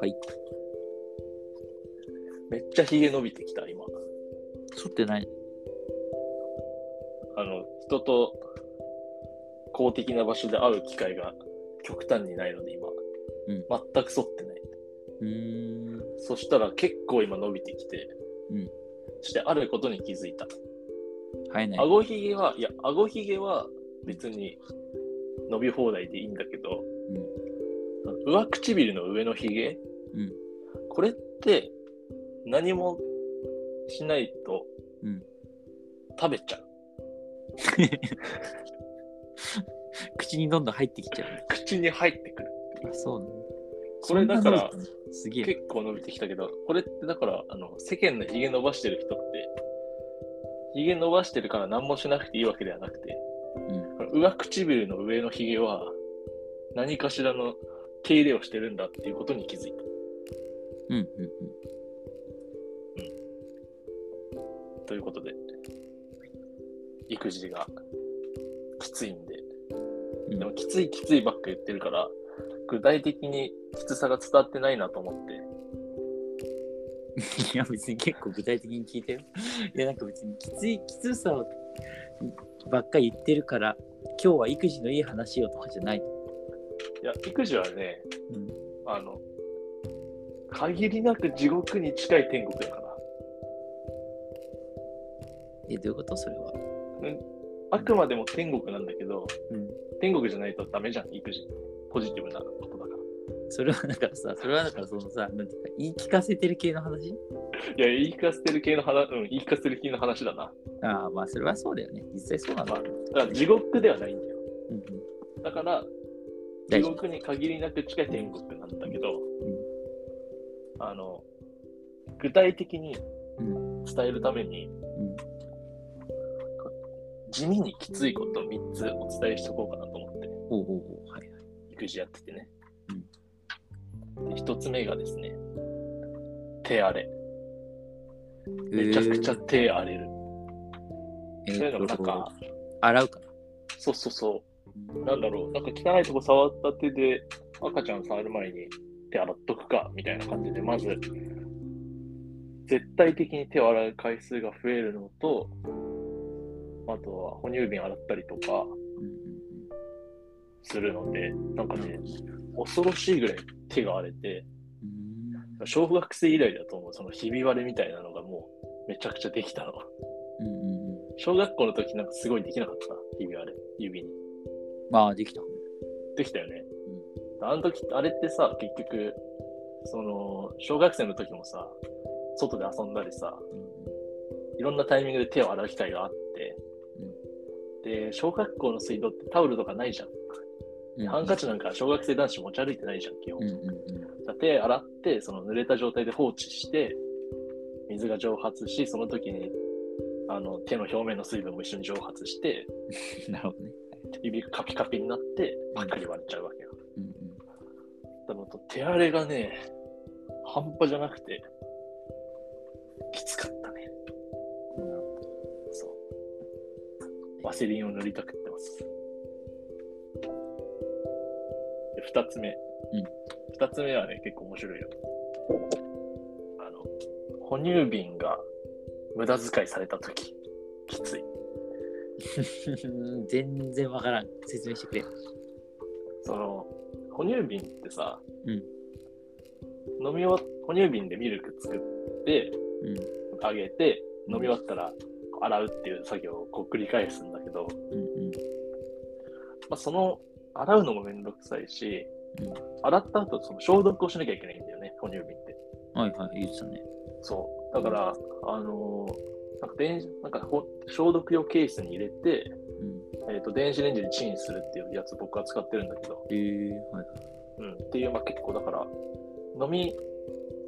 はい。めっちゃひげ伸びてきた、今。剃ってない。あの、人と公的な場所で会う機会が極端にないので、今。うん全く剃ってない。うーん。そしたら結構今伸びてきて、うんしてあることに気づいた。生えない。顎ひげは、いや、顎ひげは別に伸び放題でいいんだけど、上唇の上のひげ、うんこれって何もしないとうん食べちゃう。 口にどんどん入ってきちゃう。口に入ってくる。あ、そうなんだ。これだからそんなのすげえ。結構伸びてきたけど、これってだから、あの、世間のヒゲ伸ばしてる人って、ヒゲ伸ばしてるから何もしなくていいわけではなくて、上唇の上のヒゲは何かしらの手入れをしてるんだっていうことに気づいうんうんうん。た。ということで、育児がきついんで、うんでもきついきついばっか言ってるから、具体的にきつさが伝わってないなと思って、いや別に結構具体的に聞いたよ。いやなんか別にきついきつさをばっかり言ってるから今日は育児のいい話をとかじゃない。いや、育児はね、うん、あの、限りなく地獄に近い天国だから、えどういうことそれは。あくまでも天国なんだけど、うん、天国じゃないとダメじゃん、育児。ポジティブなことだかそれはだからさそれはだからそのさなんていうか言い聞かせてる系の話ら。いや、言い聞かせてる系の話、うん、言い聞かせてる系の話だな。ああまあそれはそうだよね実際そうなんだ。まあだから地獄ではないんだよ。うんうん、だから、地大丈夫。獄に限りなく近い天国なんだけど、あの、具体的にうん伝えるために、うん地味にきついことを3つお伝えしておこうかなと思って、おうおうおうはいはい。育児やっててね。で1つ目がですね、手荒れ。めちゃくちゃ手荒れえる。そういーえうのもなーんとか、洗うから。そうそうそう。なんだろう、なんか汚いとこ触った手で、赤ちゃん触る前に手洗っとくか、みたいな感じで、まず、絶対的に手を洗う回数が増えるのと、あとは哺乳瓶洗ったりとかうんうんするので、なんかね、恐ろしいぐらい手が荒れて、うん小学生以来だと思う、そのひび割れみたいなのがもう、めちゃくちゃできたの。うんうんうん小学校の時なんかすごいできなかった、ひび割れ、指に。まあできた。できたよね。あの時、あれってさ、結局、その、小学生の時もさ、外で遊んだりさ、うんいろんなタイミングで手を洗う機会があって、で、小学校の水道ってタオルとかないじゃん。うんうんハンカチなんか小学生男子持ち歩いてないじゃん、基本。うんだうんうんから手洗って、その濡れた状態で放置して、水が蒸発し、その時に、あの、手の表面の水分も一緒に蒸発して、なるほどね。指がカピカピになって、パクリ割れちゃうわけよ。うんうんだのと手荒れがね、半端じゃなくて、きつかったね。そう。ワセリンを塗りたくってます。で二つ目。ん二つ目はね、結構面白いよ。あの、哺乳瓶が無駄遣いされたとき、きつい。 全然わからん。説明してくれ。その、哺乳瓶ってさ、うん飲み終わっ哺乳瓶でミルク作って、うん。あげて飲み終わったら洗うっていう作業をこう繰り返すんだけど、うんうん。まあ、その洗うのもめんどくさいし、うん洗った後その消毒をしなきゃいけないんだよね哺乳瓶ってはいはい、言ってたね。そうだから、あのーなんか電なんかほ消毒用ケースに入れて、うん。えー、と電子レンジでチンするっていうやつ僕は使ってるんだけど、えー、はいはい。うん、っていう、まあ、結構だから飲み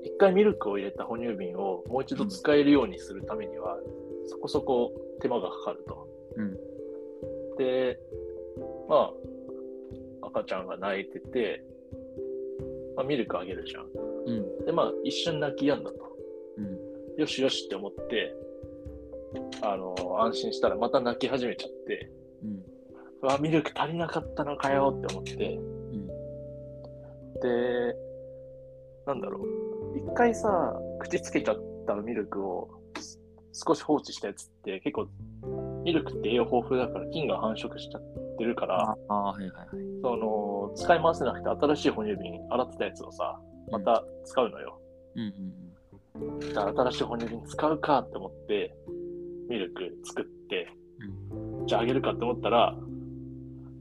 一回ミルクを入れた哺乳瓶をもう一度使えるようにするためには、そこそこ手間がかかると。うんで、まあ、赤ちゃんが泣いてて、まあ、ミルクあげるじゃん。うん。で、まあ、一瞬泣き止んだと。うん。よしよしって思って、あの、安心したらまた泣き始めちゃって、うん。うわ、ミルク足りなかったのかよって思って、で、うん。なんだろう、一回さ、口つけちゃったミルクをす少し放置したやつって、結構、ミルクって栄養豊富だから菌が繁殖しちゃってるから、ああ、はいはいはい。その、使い回せなくて新しい哺乳瓶洗ってたやつをさ、また使うのよ。うんうんじゃあ新しい哺乳瓶使うかって思って、ミルク作って、じゃああげるかって思ったら、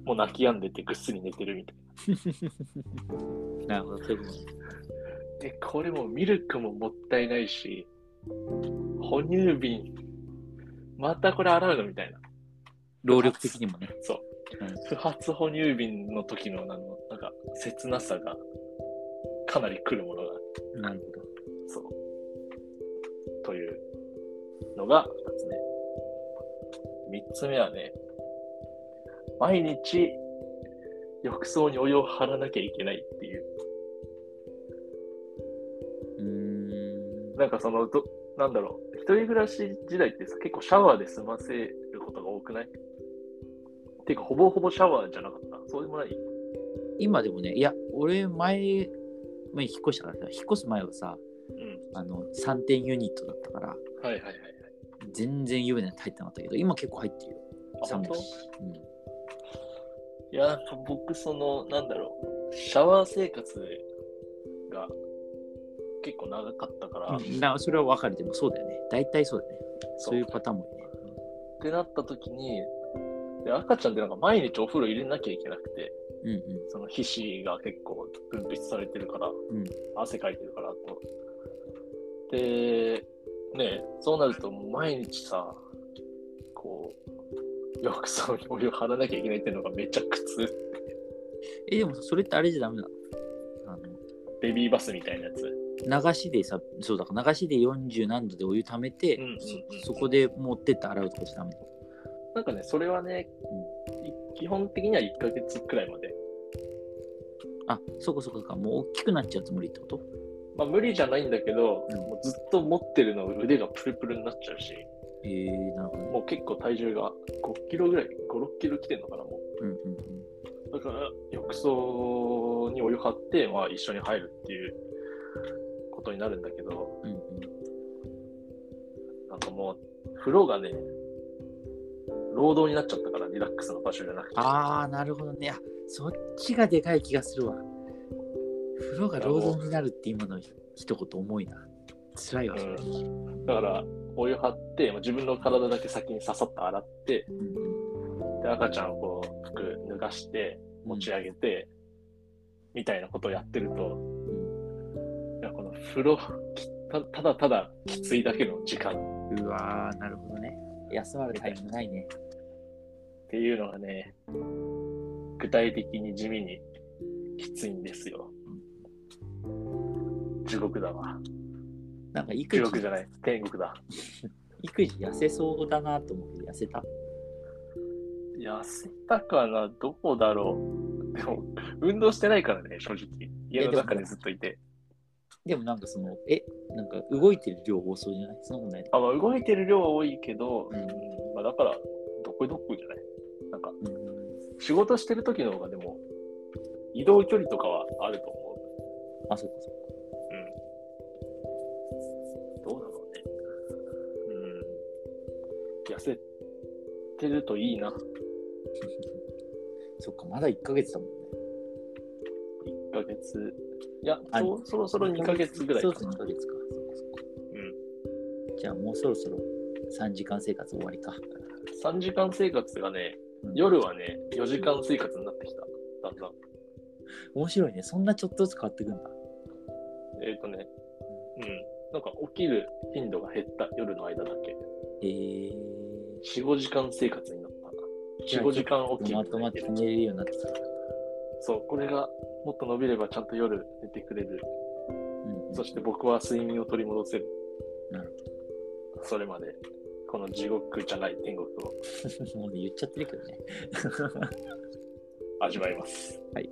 もう泣き止んでてぐっすり寝てるみたいうん。 なるほど、そういうことね。な。で、これもうミルクももったいないし、哺乳瓶、またこれ洗うのみたいな。労力的にもね。そううん。不発哺乳瓶の時の、あの、なんか、切なさが、かなり来るものが、なるほど。そう。というのが2つ目。3つ目はね、毎日浴槽にお湯を張らなきゃいけないっていう。うーん。なんかそのど、なんだろう、一人暮らし時代ってさ結構シャワーで済ませることが多くないてか、ほぼほぼシャワーじゃなかった。そうでもない今でもね、いや、俺前、前引っ越したからさ、引っ越す前はさ、うん。あの、3点ユニットだったから、はいはいはい。全然湯船に入ってなかったけど、今結構入ってるよ。あ寒い本当し。うん。いや、なんか僕、その、なんだろう、シャワー生活が結構長かったから、うんなそれは分かるでもそうだよね大体そうだよねそういうパターンもねってなった時にで赤ちゃんってなんか毎日お風呂入れなきゃいけなくてうんその皮脂が結構分泌されてるから、ん汗かいてるからとでねそうなるともう毎日さこう浴槽にお湯を張らなきゃいけないっていうのがめちゃくつえでもそれってあれじゃダメなのあベビーバスみたいなやつの流しでさそうだから流しで40何度でお湯溜めて、うんうんうんそそこで持ってって洗うとかじゃダメなのなんかねそれはね、い基本的には1ヶ月くらいまであそこそこかもう大きくなっちゃうつもりってことまあ無理じゃないんだけど、うんもうずっと持ってるの腕がプルプルになっちゃうしえー、なるほどねもう結構体重が5キロぐらい、5、6キロ来てんのかな、もうんうんう。だから、浴槽にお湯張って、まあ一緒に入るっていうことになるんだけど、うんうんうんなんかもう、風呂がね、労働になっちゃったから、リラックスの場所じゃなくて。ああなるほどねあそっちがでかい気がするわ風呂が労働になるって今の一言重いな辛いわそれ、うだから、お湯張って、まあ自分の体だけ先にささっと洗って、うんうんで、赤ちゃんをこう、服脱がして、持ち上げて、みたいなことをやってると、いやこの風呂、きたただただきついだけの時間うわー、なるほどね。休まるタイミングないね。っていうのがね、具体的に地味にきついんですよ。地獄だわ。なんか育地獄児じゃない、天国だ。育児痩せそうだなと思うけど、痩せた。痩せたかな、どうだろう。でも、運動してないからね、正直。家の中でずっといて。でもなんかその、え、なんか動いてる量多そうじゃないそんなことない。あまあ、動いてる量は多いけど、ううんんまあ、だから、どこどこじゃない。なんか、うん仕事してる時の方が、でも、移動距離とかはあると思う。あ、そうかそうか。どうだろうね。うん。痩せてるといいな。そっか、まだ1ヶ月だもんね。 1ヶ月。いや、あそそろそろ2ヶ月ぐらいそかうそう、2ヶ月か。そっかそっか。うじゃあもうそろそろ3時間生活終わりか。ん。3時間生活がね、うん夜はね、4時間生活になってきた。だんだん。面白いね。そんなちょっとずつ変わってくんだ。えっ、とね、うん。なんか起きる頻度が減った夜の間だけ。えー。 4、5時間生活になったな。4、5時間起きまとまって寝れるようになってきた。そう、これがもっと伸びればちゃんと夜寝てくれる。うん、そして僕は睡眠を取り戻せる。なるそれまで、この地獄じゃない天国 をもうね言っちゃってるけどね。味わいます。はい。